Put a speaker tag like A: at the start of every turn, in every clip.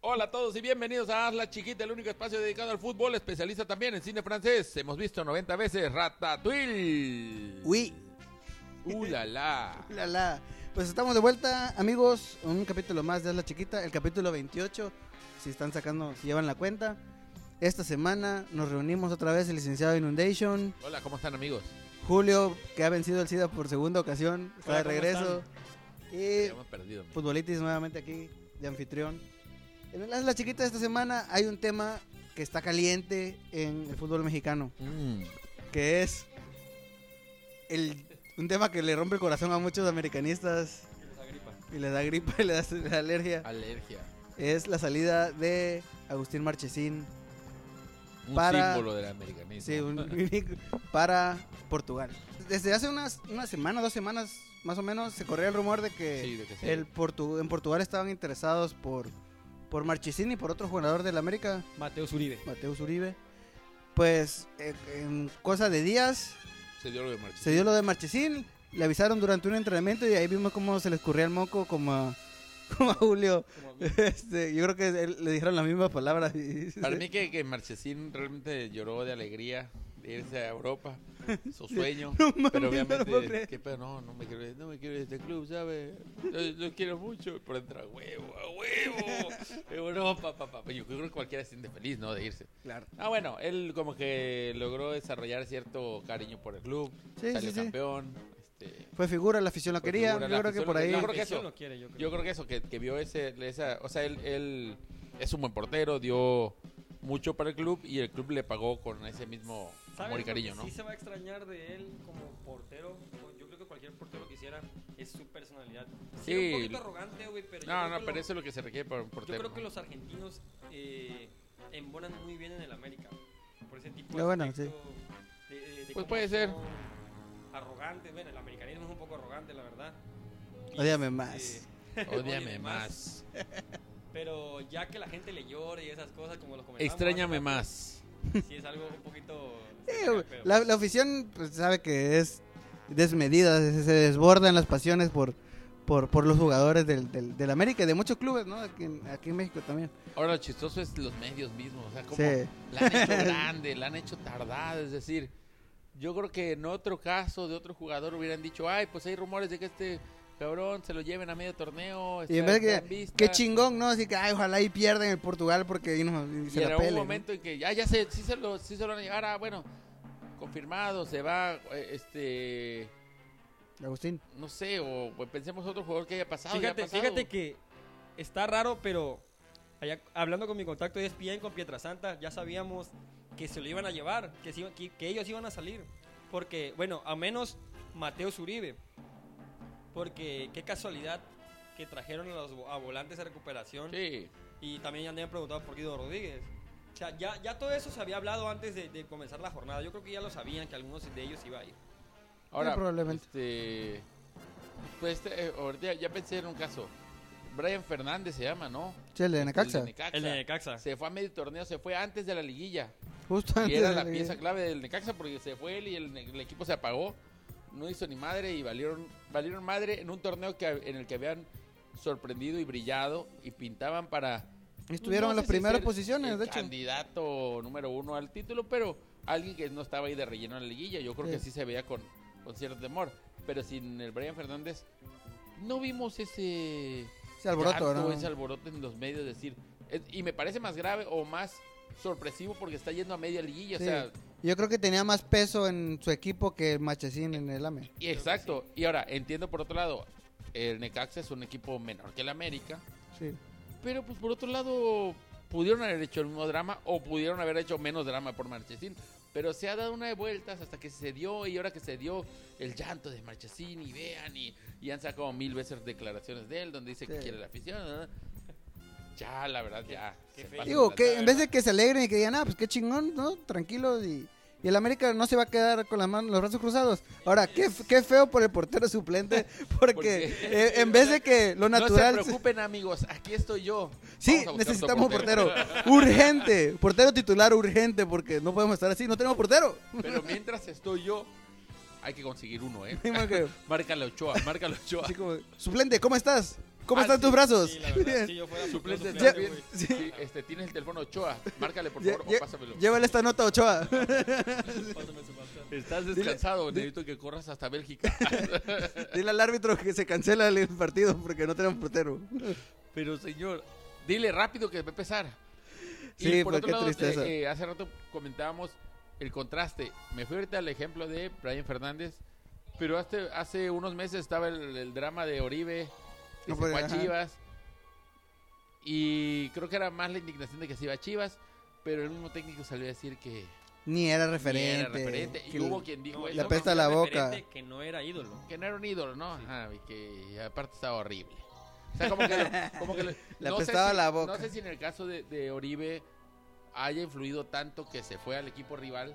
A: Hola a todos y bienvenidos a La Chiquita, el único espacio dedicado al fútbol, especialista también en cine francés. Hemos visto 90 veces Ratatouille.
B: Uy,
A: Ulala. la la.
B: la la. Pues estamos de vuelta, amigos. Un capítulo más de Hazla Chiquita, el capítulo 28. Si están sacando, si llevan la cuenta. Esta semana nos reunimos otra vez el licenciado Inundation,
A: Hola, ¿cómo están amigos?
B: Julio, que ha vencido el SIDA por segunda ocasión, está de
C: Hola, ¿cómo
B: regreso. Y
A: Hemos perdido. amigo.
B: Futbolitis nuevamente aquí, de anfitrión. En el Hazla Chiquita de esta semana hay un tema que está caliente en el fútbol mexicano,
A: Mm.
B: que es el, un tema que le rompe el corazón a muchos americanistas. y le da gripa y le da, le da alergia.
A: Alergia.
B: Es la salida de Agustín Marchesín
A: Un
B: Para-
A: símbolo del americanismo.
B: sí, un- un- para Portugal. Desde hace unas, una semana, dos semanas más o menos, se corría el rumor de que,
A: Sí, de que sí.
B: el Portu- en Portugal estaban interesados por, por Marchesín y por otro jugador del América,
C: Mateo Zuribe.
B: Mateo Uribe. Pues eh, en cosa de días
A: Se dio lo de Marchesín.
B: se dio lo de Marchesín, le avisaron durante un entrenamiento y ahí vimos cómo se le escurría el moco como a- como a Julio. Este, yo creo que él- le dijeron las mismas palabras. y-
A: Para mí que, que Marchesín realmente lloró de alegría de irse a Europa, su sueño.
B: No mames,
A: pero
B: no lo puedo
A: obviamente,
B: creer.
A: ¿qué pedo? No, no me quiero ir, no me quiero ir de este club, ¿sabes? Lo, lo quiero mucho. Por dentro, a huevo, a huevo. Europa, papá. Yo creo que cualquiera se siente feliz, ¿no? De irse.
B: Claro.
A: Ah, bueno, él como que logró desarrollar cierto cariño por el club.
B: Sí,
A: salió
B: sí, sí.
A: campeón. Este,
B: Fue figura, la afición lo
A: Fue
B: quería.
A: figura,
B: yo
A: la
B: creo que
A: afición
B: por
A: lo
B: ahí.
A: quería.
C: La
A: Yo creo que
C: afición
A: eso.
C: lo quiere, yo creo.
A: Yo creo que eso, que, que vio ese, esa, o sea, él, él es un buen portero, dio mucho para el club y el club le pagó con ese mismo
C: ¿Sabes
A: amor y
C: lo que
A: cariño, ¿no?
C: Sí se va a extrañar de él como portero. O Yo creo que cualquier portero que hiciera es su personalidad.
A: Sí.
C: Era un poquito arrogante, güey, pero yo
A: No,
C: creo
A: no,
C: que
A: pero
C: lo-
A: eso es lo que se requiere para un
C: Yo
A: portero.
C: creo que
A: ¿no?
C: los argentinos eh, embonan muy bien en el América. Por ese tipo
B: Ah,
C: de
B: bueno,
C: aspecto de- de- de
A: Pues
C: cómo
A: puede ser.
C: son Arrogantes, bueno, el americanismo es un poco arrogante, la verdad. Y,
B: Ódiame
C: este,
B: más.
A: Ódiame
C: Ódiame
A: más.
C: Pero ya que la gente le llore y esas cosas, como los comentarios.
A: Extrañame más.
C: Sí, es algo un poquito.
B: Sí, güey. la, la afición pues, sabe que es desmedida, se se desbordan las pasiones por, por, por los jugadores del, del, del América y de muchos clubes, ¿no? Aquí, en- aquí en México también.
A: Ahora lo chistoso es los medios mismos, o sea, como
B: Sí.
A: la han hecho grande, la han hecho tardada, es decir, yo creo que en otro caso de otro jugador hubieran dicho, ay, pues hay rumores de que este cabrón se lo lleven a medio torneo.
B: Y en
A: está-
B: vez de
A: está en
B: que,
A: vista".
B: qué chingón, ¿no? Así que, ay, ojalá y pierdan el Portugal porque ahí no, y
A: Y
B: se la
A: era un
B: pelen. ¿no?
A: momento en que "Ah, ya, ya se, sí se, lo, sí se lo van a llevar. Ah, bueno, confirmado, se va, eh, este,
B: Agustín.
A: no sé, o, o pensemos otro jugador que haya pasado. ya ha
C: Fíjate,
A: pasado.
C: fíjate que está raro, pero allá, hablando con mi contacto de E ESPN con Pietrasanta, ya sabíamos que se lo iban a llevar, que, se iba- que- que ellos iban a salir. Porque, bueno, a menos Mateo Zuribe. Porque qué casualidad que trajeron a, los, vo- a volantes de recuperación.
A: Sí,
C: Y también ya habían preguntado por Guido Rodríguez. O sea, ya, ya todo eso se había hablado antes de, de comenzar la jornada. Yo creo que ya lo sabían, que algunos de ellos iba a ir.
A: ahora,
B: Sí, probablemente.
A: este, pues este, eh, ahorita ya pensé en un caso. Brian Fernández se llama, ¿no?
B: Sí, el de Necaxa.
A: El de Necaxa.
C: Necaxa.
A: Se fue a medio torneo, se fue antes de la liguilla.
B: Justo antes
A: Y era
B: de
A: la
B: la-
A: pieza clave del Necaxa porque se fue él y el, el equipo se apagó. No hizo ni madre y valieron, valieron madre en un torneo que, en el que habían sorprendido y brillado y pintaban para...
B: Estuvieron
A: no
B: en
A: sé
B: las
A: si
B: primeras
A: ser
B: posiciones,
A: el
B: de hecho.
A: Candidato número uno al título, pero alguien que no estaba ahí de relleno en la liguilla. Yo creo
B: Sí.
A: que sí se veía con, con cierto temor. Pero sin el Brian Fernández no vimos ese
B: Ese alboroto,
A: llanto,
B: ¿no?
A: ese alboroto en los medios, decir, es- y me parece más grave o más sorpresivo porque está yendo a media liguilla,
B: Sí.
A: o sea,
B: Yo creo que tenía más peso en su equipo que Machesín en el AME.
A: y exacto. Y ahora, entiendo por otro lado, el Necaxa es un equipo menor que el América,
B: Sí.
A: pero pues por otro lado pudieron haber hecho el mismo drama o pudieron haber hecho menos drama por Marchesín. Pero se ha dado una de vueltas hasta que se dio y ahora que se dio el llanto de Marchesín y vean y, y han sacado mil veces declaraciones de él donde dice que
B: Sí.
A: quiere la afición. ¿no? Ya, la verdad, ya.
C: Qué
A: se
C: feo.
A: pasan
B: Digo,
A: de
B: que en vez
A: lanza,
B: de que se alegren y que digan, ah, pues qué chingón, ¿no? Tranquilos y... Y el América no se va a quedar con las manos, los brazos cruzados. Ahora, qué, qué feo por el portero suplente, porque
A: Porque-
B: eh, en vez de que lo natural...
A: No se preocupen, amigos. Aquí estoy yo.
B: sí,
A: Vamos a buscar
B: necesitamos un
A: otro
B: portero. urgente, portero titular urgente, porque no podemos estar así, no tenemos portero.
A: Pero mientras estoy yo, hay que conseguir uno, ¿eh?
B: Así como que-
A: Márcale a Ochoa, márcale a Ochoa.
B: así como, suplente, ¿cómo estás? ¿Cómo
A: Ah,
B: están
A: sí,
B: tus brazos?
C: Sí, la verdad, si
B: Bien.
C: yo fuera
A: Suplente,
C: suplente,
A: sí,
C: güey.
A: sí, este, tienes el teléfono Ochoa, márcale por
B: Lle-
A: favor
B: lle-
A: o pásamelo.
B: Llévale esta nota a Ochoa.
C: Pásame su WhatsApp.
A: Estás descansado, necesito que corras hasta Bélgica.
B: Dile al árbitro que se cancela el partido porque no tenemos portero.
A: Pero señor, dile rápido que va a empezar.
B: Sí, pues, qué
A: eh,
B: tristeza.
A: eh, hace rato comentábamos el contraste. Me fui ahorita al ejemplo de Brian Fernández, pero hace, hace unos meses estaba el, el drama de Oribe, que
B: No
A: se fue
B: puede,
A: a
B: ajá.
A: Chivas. Y creo que era más la indignación de que se iba a Chivas, pero el mismo técnico salió a decir que
B: Ni era
A: ni
B: referente.
A: era referente.
B: Que
A: Y
B: el-
A: hubo quien dijo
C: No,
A: eso,
C: y
B: le
C: luego
B: apesta
C: que
B: la
C: era
B: boca.
C: referente Que no era ídolo.
A: que no era un ídolo, ¿no? Ajá, y que aparte estaba horrible. O sea, como que, lo- como que lo-
B: Le
A: sé
B: apestaba
A: si-
B: la boca.
A: No sé si en el caso de, de Oribe haya influido tanto que se fue al equipo rival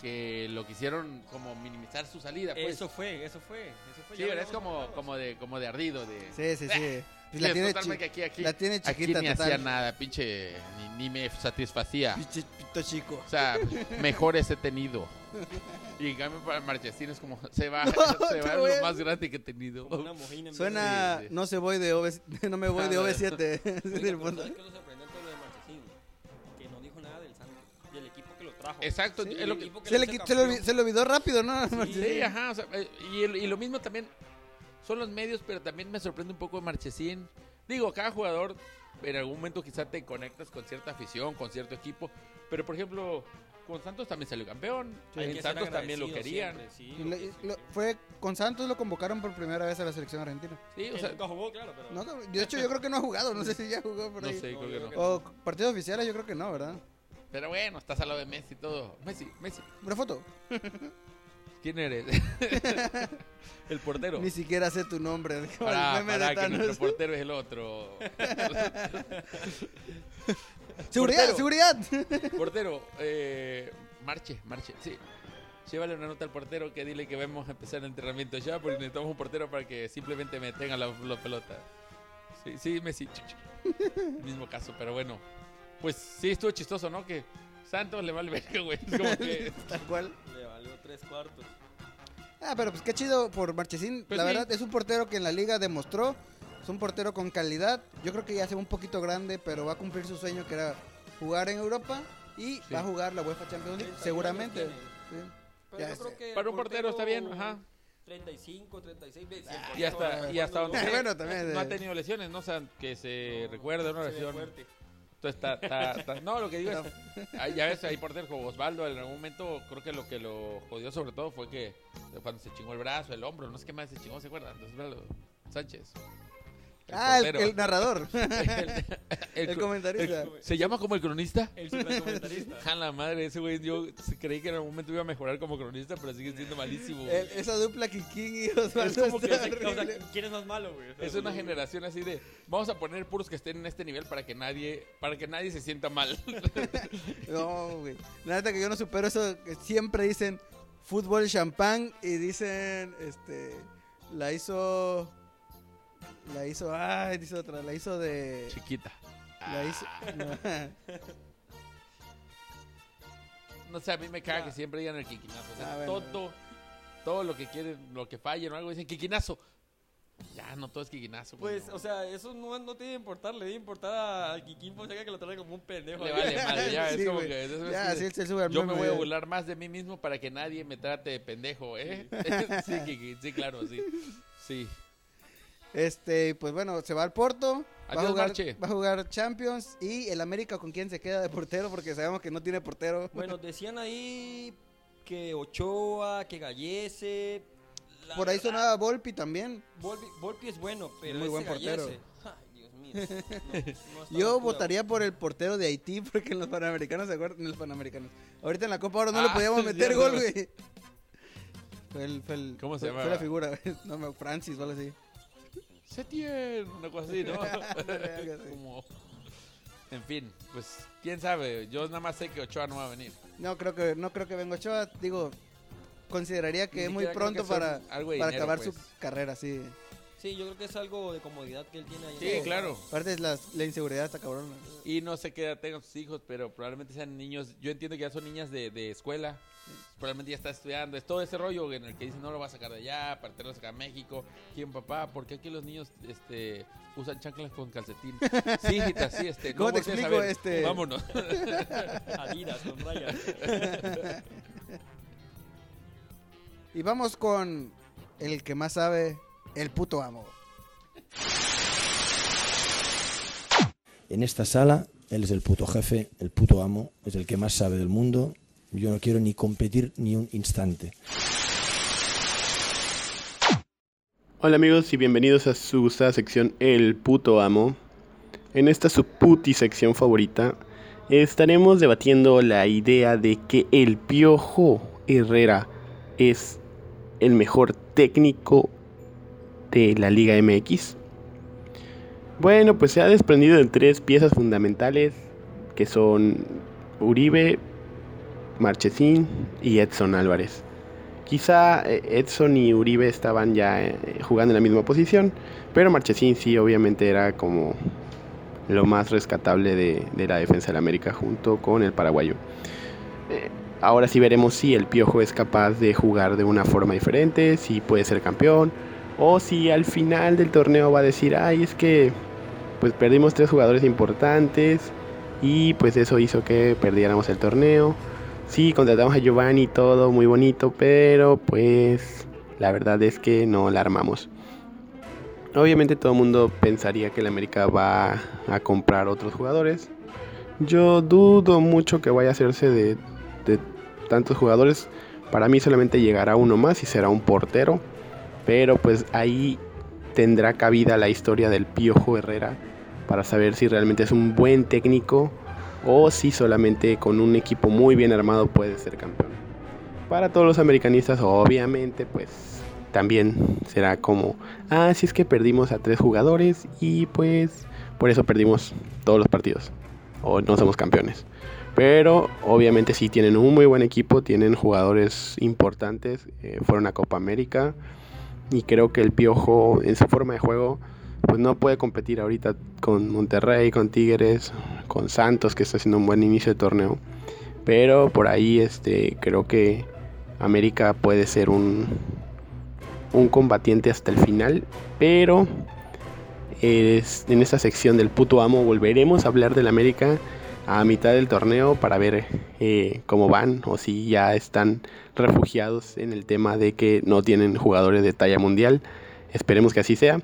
A: que lo quisieron como minimizar su salida. Pues.
C: Eso fue, eso fue. Eso fue
A: sí,
C: ya
A: pero
C: lo
A: es como,
C: hablamos.
A: como, de, como de ardido. De,
B: Sí, sí, sí. Pues
A: Sí,
B: la, tiene
A: totalmente aquí,
B: chi-
A: aquí,
B: la tiene
A: aquí
B: chiquita
A: ni hacía
B: total.
A: nada, pinche. Ni, ni me satisfacía.
B: Pinche pito chico.
A: O sea, mejores he tenido. Y en cambio para Marchesín es como, se va, se va
B: qué
A: lo
B: bueno.
A: más grande que he tenido.
C: Como una mojina. en
B: Suena,
A: Sí, sí.
B: no se voy de OV, no me voy de OV7.
C: vez de-
B: Es el
C: Oiga, pero
B: punto.
C: ¿sabes qué es lo sorprendente de lo de Marchesín? Que no dijo nada del Santos. Y el equipo que lo trajo.
A: Exacto,
B: Sí,
A: es lo que,
C: equipo que
B: se,
C: lo
B: le,
C: hizo
B: qui- se, lo, olvi-
C: campeón.
B: se lo olvidó rápido, ¿no?
A: Sí, ajá. o sea, eh, y, el- y lo mismo también son los medios, pero también me sorprende un poco de Marchesín. Digo, cada jugador en algún momento quizá te conectas con cierta afición, con cierto equipo. Pero por ejemplo, con Santos también salió campeón.
C: Hay que
A: en
C: ser
A: Santos también lo
C: agradecido
A: querían.
C: siempre, sí,
B: Y le-
C: sí,
B: y
C: sí,
B: lo-
C: sí.
B: fue con Santos lo convocaron por primera vez a la selección argentina.
A: Sí, o
C: Que
A: sea,
C: nunca jugó, claro, pero.
B: No, no, de hecho yo creo que no ha jugado, no sé si ya jugó por
A: no
B: ahí.
A: sé,
C: No,
A: creo
C: yo
A: que no.
C: creo
B: O partidos oficiales yo creo que no, ¿verdad?
A: Pero bueno, estás al lado de Messi y todo. Messi, Messi,
B: Una foto.
A: ¿quién eres? el portero.
B: Ni siquiera sé tu nombre. dijo el
A: Pará,
B: meme de
A: pará, que
B: Thanos.
A: nuestro portero es el otro.
B: Seguridad,
A: portero.
B: seguridad.
A: Portero, eh, marche, marche, sí. Llévale una nota al portero que dile que vamos a empezar el entrenamiento ya, porque necesitamos un portero para que simplemente me tenga la, la pelota. Sí, sí, Messi. Mismo caso, pero bueno. Pues sí, estuvo chistoso, ¿no? Que Santos le vale verga, güey. Es como que-
B: Tal cual.
C: Le valió tres cuartos.
B: Ah, pero pues qué chido por Marchesín.
A: Pues
B: la
A: sí.
B: verdad, es un portero que en la liga demostró. Es un portero con calidad. Yo creo que ya se ve un poquito grande, pero va a cumplir su sueño que era jugar en Europa y va a jugar la UEFA Champions League,
C: 31
B: seguramente.
C: años tiene.
B: Sí.
C: Pero
B: Ya
C: yo creo
B: sé.
C: que el
A: Para un portero está bien, ajá.
C: 35, 36,
B: Ah,
C: de
A: y hasta, y hasta donde.
B: Eh, bueno, también,
A: No
B: eh.
A: ha tenido lesiones, ¿no? O sea, que se recuerde una lesión.
C: fuerte.
A: Entonces, ta- ta- ta- no, lo que digo es, ah, ya ves, ahí por como Osvaldo, en algún momento creo que lo que lo jodió sobre todo fue que cuando se chingó el brazo, el hombro, no sé qué más se chingó, ¿se acuerdan? Entonces, Osvaldo Sánchez. El
B: ah, el,
A: portero.
B: el narrador,
A: El
B: el,
A: cro-
B: comentarista.
A: el- ¿Se llama como el cronista?
C: El supercomentarista.
A: Ja, la madre, ese güey, yo creí que en algún momento iba a mejorar como cronista, pero sigue siendo malísimo. güey.
B: El- esa dupla Kikín y Osvaldo
A: como que
B: está
A: se-
C: O sea,
B: horrible.
C: ¿quién es más malo, güey? O sea,
A: Es una generación así de vamos a poner puros que estén en este nivel para que nadie, para que nadie se sienta mal.
B: No, güey. La neta que yo no supero eso. Que siempre dicen fútbol champán y dicen, este, la hizo, la hizo, ay, dice otra, la hizo de,
A: Chiquita.
B: la hizo,
A: Ah.
B: no.
A: No sé, a mí me caga
C: Ya.
A: que siempre digan el quiquinazo. O sea,
B: Ah, bueno,
A: todo, todo lo que quieren, lo que fallen o algo, dicen quiquinazo. Ya, no todo es quiquinazo. güey,
C: Pues,
A: no.
C: o sea, eso no, no te debe importar, le debe importar a- al Kikín Fonseca que lo traiga como un pendejo.
A: le
C: güey.
A: vale madre, ya,
B: Sí,
A: es como
B: güey.
A: que... es- es-
B: ya,
A: es-
B: sí, él se sube al
A: yo me
B: meme,
A: voy a
B: güey.
A: burlar más de mí mismo para que nadie me trate de pendejo, ¿eh? Sí, quiqui- sí, claro, sí. Sí.
B: Este, pues bueno, se va al Porto. Va a,
A: Adiós,
B: jugar,
A: Marche.
B: va a jugar Champions y el América con quién se queda de portero porque sabemos que no tiene portero.
C: Bueno, decían ahí que Ochoa, que Gallese. la
B: Por ahí
C: verdad,
B: sonaba Volpi también.
C: Volpi, Volpi es bueno, pero
B: Muy
C: ese
B: buen portero.
C: Gallese, Ay, Dios mío. no, no está a la
B: Yo
C: altura,
B: votaría por el portero de Haití porque en los Panamericanos, ¿se acuerdan? En los Panamericanos. Ahorita en la Copa Oro no
A: Ah,
B: le podíamos
A: sí,
B: meter
A: es
B: gol,
A: verdad.
B: güey. Fue el, fue el-
A: ¿Cómo se
B: fue- fue
A: llamaba?
B: la figura, güey. no me Francis, vale así.
A: Se tiene una cosa así, ¿no?
B: Ándale, algo así.
A: como... En fin, pues, quién sabe. Yo nada más sé que Ochoa no va a venir.
B: No creo que no creo que venga Ochoa, digo, consideraría que
A: Ni
B: es muy
A: siquiera creo
B: pronto
A: que sea
B: para,
A: algo de
B: para
A: dinero,
B: acabar
A: pues.
B: su carrera, sí.
C: Sí, yo creo que es algo de comodidad que él tiene ahí. en
A: Sí,
C: Europa.
A: claro.
B: Aparte, las- la inseguridad está cabrona.
A: Y no sé qué edad tengan sus hijos, pero probablemente sean niños. Yo entiendo que ya son niñas de, de escuela. Probablemente ya está estudiando. Es todo ese rollo en el que dicen no lo va a sacar de allá, para tenerlo acá a México. ¿Quién, papá? ¿Por qué aquí los niños este, usan chanclas con calcetín? Sí, hijita, sí, este. no
B: ¿Cómo te
A: voltees a
B: explico,
A: ver.
B: este?
A: Vámonos.
C: Adidas, con rayas.
B: Y vamos con el que más sabe, el puto amo.
D: En esta sala, él es el puto jefe, el puto amo, es el que más sabe del mundo. Yo no quiero ni competir ni un instante.
E: Hola amigos y bienvenidos a su gustada sección El puto amo. En esta su puti sección favorita estaremos debatiendo la idea de que el Piojo Herrera es el mejor técnico de la Liga MX. Bueno, pues se ha desprendido de tres piezas fundamentales que son Uribe, Marchesín y Edson Álvarez. Quizá eh, Edson y Uribe estaban ya eh, jugando en la misma posición, pero Marchesín sí, obviamente era como lo más rescatable de, de la defensa del América junto con el paraguayo. Eh, ahora sí veremos si el Piojo es capaz de jugar de una forma diferente, si puede ser campeón, o si al final del torneo va a decir, ay, es que pues perdimos tres jugadores importantes y pues eso hizo que perdiéramos el torneo. Sí, contratamos a Giovanni y todo muy bonito, pero pues la verdad es que no la armamos. Obviamente todo el mundo pensaría que el América va a comprar otros jugadores. Yo dudo mucho que vaya a hacerse de, de tantos jugadores. Para mí solamente llegará uno más y será un portero. Pero pues ahí tendrá cabida la historia del Piojo Herrera para saber si realmente es un buen técnico o si solamente con un equipo muy bien armado puede ser campeón. Para todos los americanistas, obviamente, pues también será como, ah, si es que perdimos a tres jugadores y pues por eso perdimos todos los partidos o no somos campeones. Pero obviamente sí tienen un muy buen equipo, tienen jugadores importantes, eh, fueron a Copa América y creo que el Piojo en su forma de juego pues no puede competir ahorita con Monterrey, con Tigres, con Santos que está haciendo un buen inicio de torneo. Pero por ahí este creo que América puede ser un un combatiente hasta el final, pero es- en esta sección del puto amo volveremos a hablar del América a mitad del torneo para ver eh, cómo van o si ya están refugiados en el tema de que no tienen jugadores de talla mundial. Esperemos que así sea.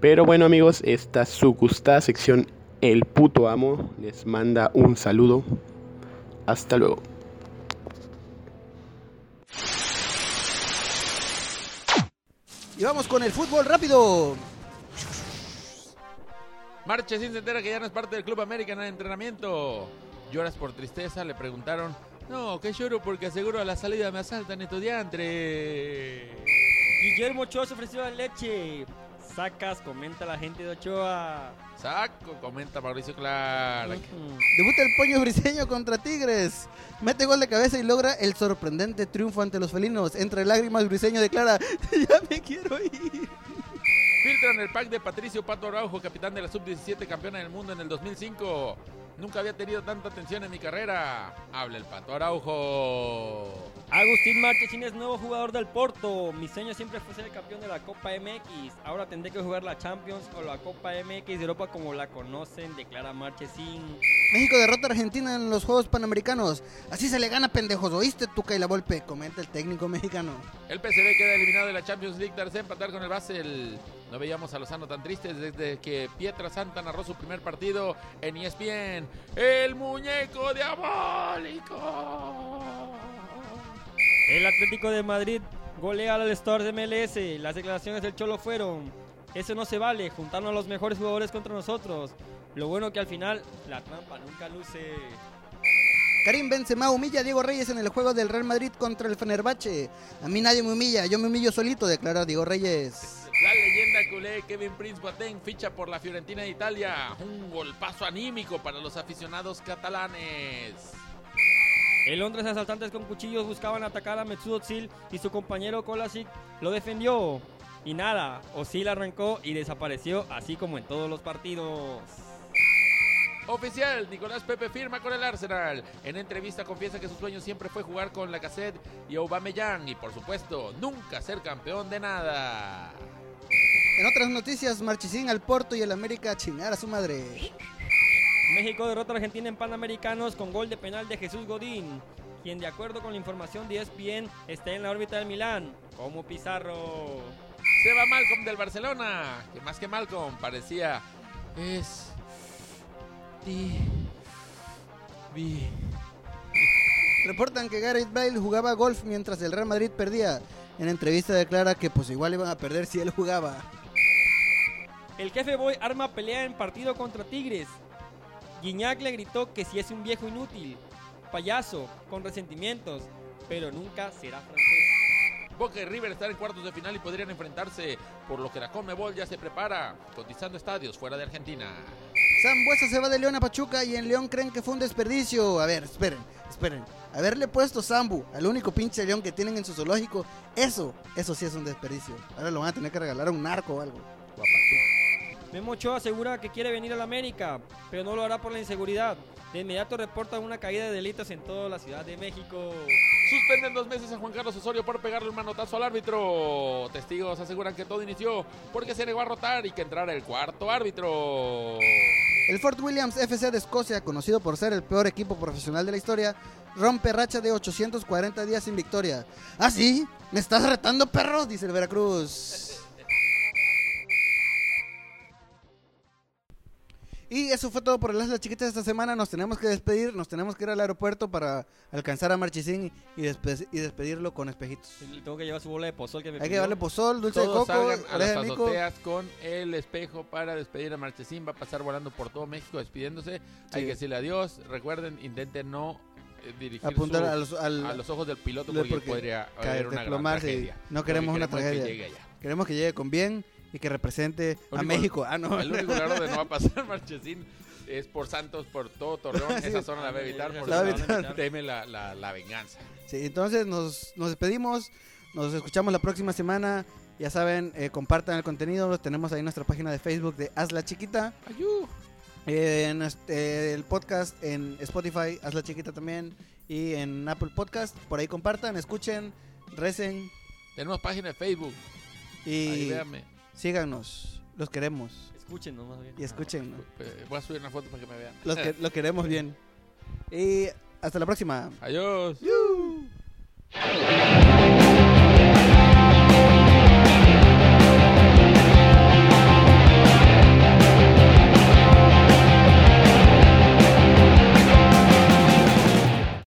E: Pero bueno amigos, esta su gustada sección El puto amo les manda un saludo. Hasta luego.
B: Y vamos con el fútbol rápido.
A: Marchesín se entera que ya no es parte del Club América en el entrenamiento. Lloras por tristeza, le preguntaron. No, que lloro porque aseguro a la salida me asaltan estudiantes.
C: Guillermo Ochoa se ofreció a leche. Sacas, comenta la gente de Ochoa.
A: Saco, comenta Mauricio Clark.
C: Ujú.
B: Debuta el Poño Briseño contra Tigres. Mete gol de cabeza y logra el sorprendente triunfo ante los felinos. Entre lágrimas, Briseño declara: Ya me quiero ir.
A: Filtran el pack de Patricio Pato Araujo, capitán de la sub-17 campeona del mundo en el 2005. Nunca había tenido tanta atención en mi carrera. Habla el Pato Araujo.
C: Agustín Marchesín es nuevo jugador del Porto. Mi sueño siempre fue ser el campeón de la Copa MX. Ahora tendré que jugar la Champions o la Copa MX de Europa como la conocen, declara Marchesín.
B: México derrota a Argentina en los Juegos Panamericanos. Así se le gana, pendejos. ¿Oíste, Tuca y la Volpe? Comenta el técnico mexicano.
A: El PCB queda eliminado de la Champions League tras empatar con el Basel. No veíamos a Lozano tan tristes desde que Pietra Santa narró su primer partido en E ESPN. ¡El muñeco diabólico!
C: El Atlético de Madrid golea al Stars de MLS. Las declaraciones del Cholo fueron: Eso no se vale, juntarnos a los mejores jugadores contra nosotros. Lo bueno que al final la trampa nunca luce.
B: Karim Benzema humilla a Diego Reyes en el juego del Real Madrid contra el Fenerbahce. A mí nadie me humilla, yo me humillo solito, declara Diego Reyes.
A: La leyenda culé Kevin Prince Boateng ficha por la Fiorentina de Italia. Un golpazo anímico para los aficionados catalanes.
C: En Londres, asaltantes con cuchillos buscaban atacar a Mesut Özil y su compañero Kolasinac lo defendió. Y nada, Osil arrancó y desapareció, así como en todos los partidos.
A: Oficial, Nicolás Pepe firma con el Arsenal. En entrevista confiesa que su sueño siempre fue jugar con la cassette y Aubameyang y por supuesto, nunca ser campeón de nada.
B: En otras noticias, Marchesín al Porto y el América a chingar a su madre.
C: México derrota a Argentina en Panamericanos con gol de penal de Jesús Godín, quien de acuerdo con la información de E ESPN está en la órbita del Milán, como Pizarro.
A: Se va Malcolm del Barcelona, que más que Malcolm parecía es ti vi
B: Reportan que Gareth Bale jugaba golf mientras el Real Madrid perdía. En entrevista declara que pues igual iban a perder si él jugaba.
C: El jefe Boy arma pelea en partido contra Tigres. Guiñac le gritó que si es un viejo inútil, payaso, con resentimientos, pero nunca será francés.
A: Boca y River están en cuartos de final y podrían enfrentarse, por lo que la Conmebol ya se prepara, cotizando estadios fuera de Argentina.
B: Zambuesa se va de León a Pachuca y en León creen que fue un desperdicio. A ver, esperen, esperen. Haberle puesto Zambu al único pinche León que tienen en su zoológico, eso, eso sí es un desperdicio. Ahora lo van a tener que regalar a un narco o algo.
C: Memo Ochoa asegura que quiere venir a la América, pero no lo hará por la inseguridad. De inmediato reporta una caída de delitos en toda la Ciudad de México.
A: Suspenden dos meses a Juan Carlos Osorio por pegarle un manotazo al árbitro. Testigos aseguran que todo inició porque se negó a rotar y que entrara el cuarto árbitro.
B: El Fort Williams FC de Escocia, conocido por ser el peor equipo profesional de la historia, rompe racha de 840 días sin victoria. ¿Ah, sí? ¿Me estás retando, perro? Dice el Veracruz. Y eso fue todo por el Haz la Chiquita de esta semana. Nos tenemos que despedir, nos tenemos que ir al aeropuerto para alcanzar a Marchesín y, despe- y despedirlo con espejitos.
C: Le Tengo que llevar su bola de pozol que me
B: Hay que
C: pidió.
B: darle pozol, dulce de
A: Todos
B: coco,
A: salgan a las
B: oreja de mico.
A: azoteas con el espejo para despedir a Marchesín. Va a pasar volando por todo México despidiéndose. Hay
B: Sí.
A: que decirle adiós. Recuerden, intenten no eh, dirigir
B: apuntar
A: su-
B: a los, al-
A: a los ojos del piloto
B: Le-
A: porque,
B: porque
A: podría
B: caer,
A: haber una gran
B: desplomarse y
A: tragedia.
B: no
A: Lo que
B: queremos una
A: es que
B: tragedia.
A: llegue allá.
B: Queremos que llegue con bien y que represente a
A: Único-
B: México. Ah, no.
A: El único lugar donde no va a pasar Marchesín es por Santos, por todo Torreón.
B: Sí.
A: Esa zona la va a evitar
C: La
A: porque
B: va a
C: evitar.
A: teme la, la- la venganza.
B: Sí, entonces nos, nos despedimos, nos escuchamos la próxima semana. Ya saben, eh, compartan el contenido. Tenemos ahí nuestra página de Facebook de Hazla Chiquita. Eh, en est- eh, el podcast en Spotify, Hazla Chiquita también. Y en Apple Podcast. Por ahí compartan, escuchen, recen
A: Tenemos página de Facebook. Ahí
B: y
A: véanme.
B: síganos. Los queremos.
C: Escuchen nomás. bien.
B: Y escuchen.
A: Eh, Voy a subir una foto para que me vean.
B: Los que, lo queremos bien. Y hasta la próxima.
A: Adiós.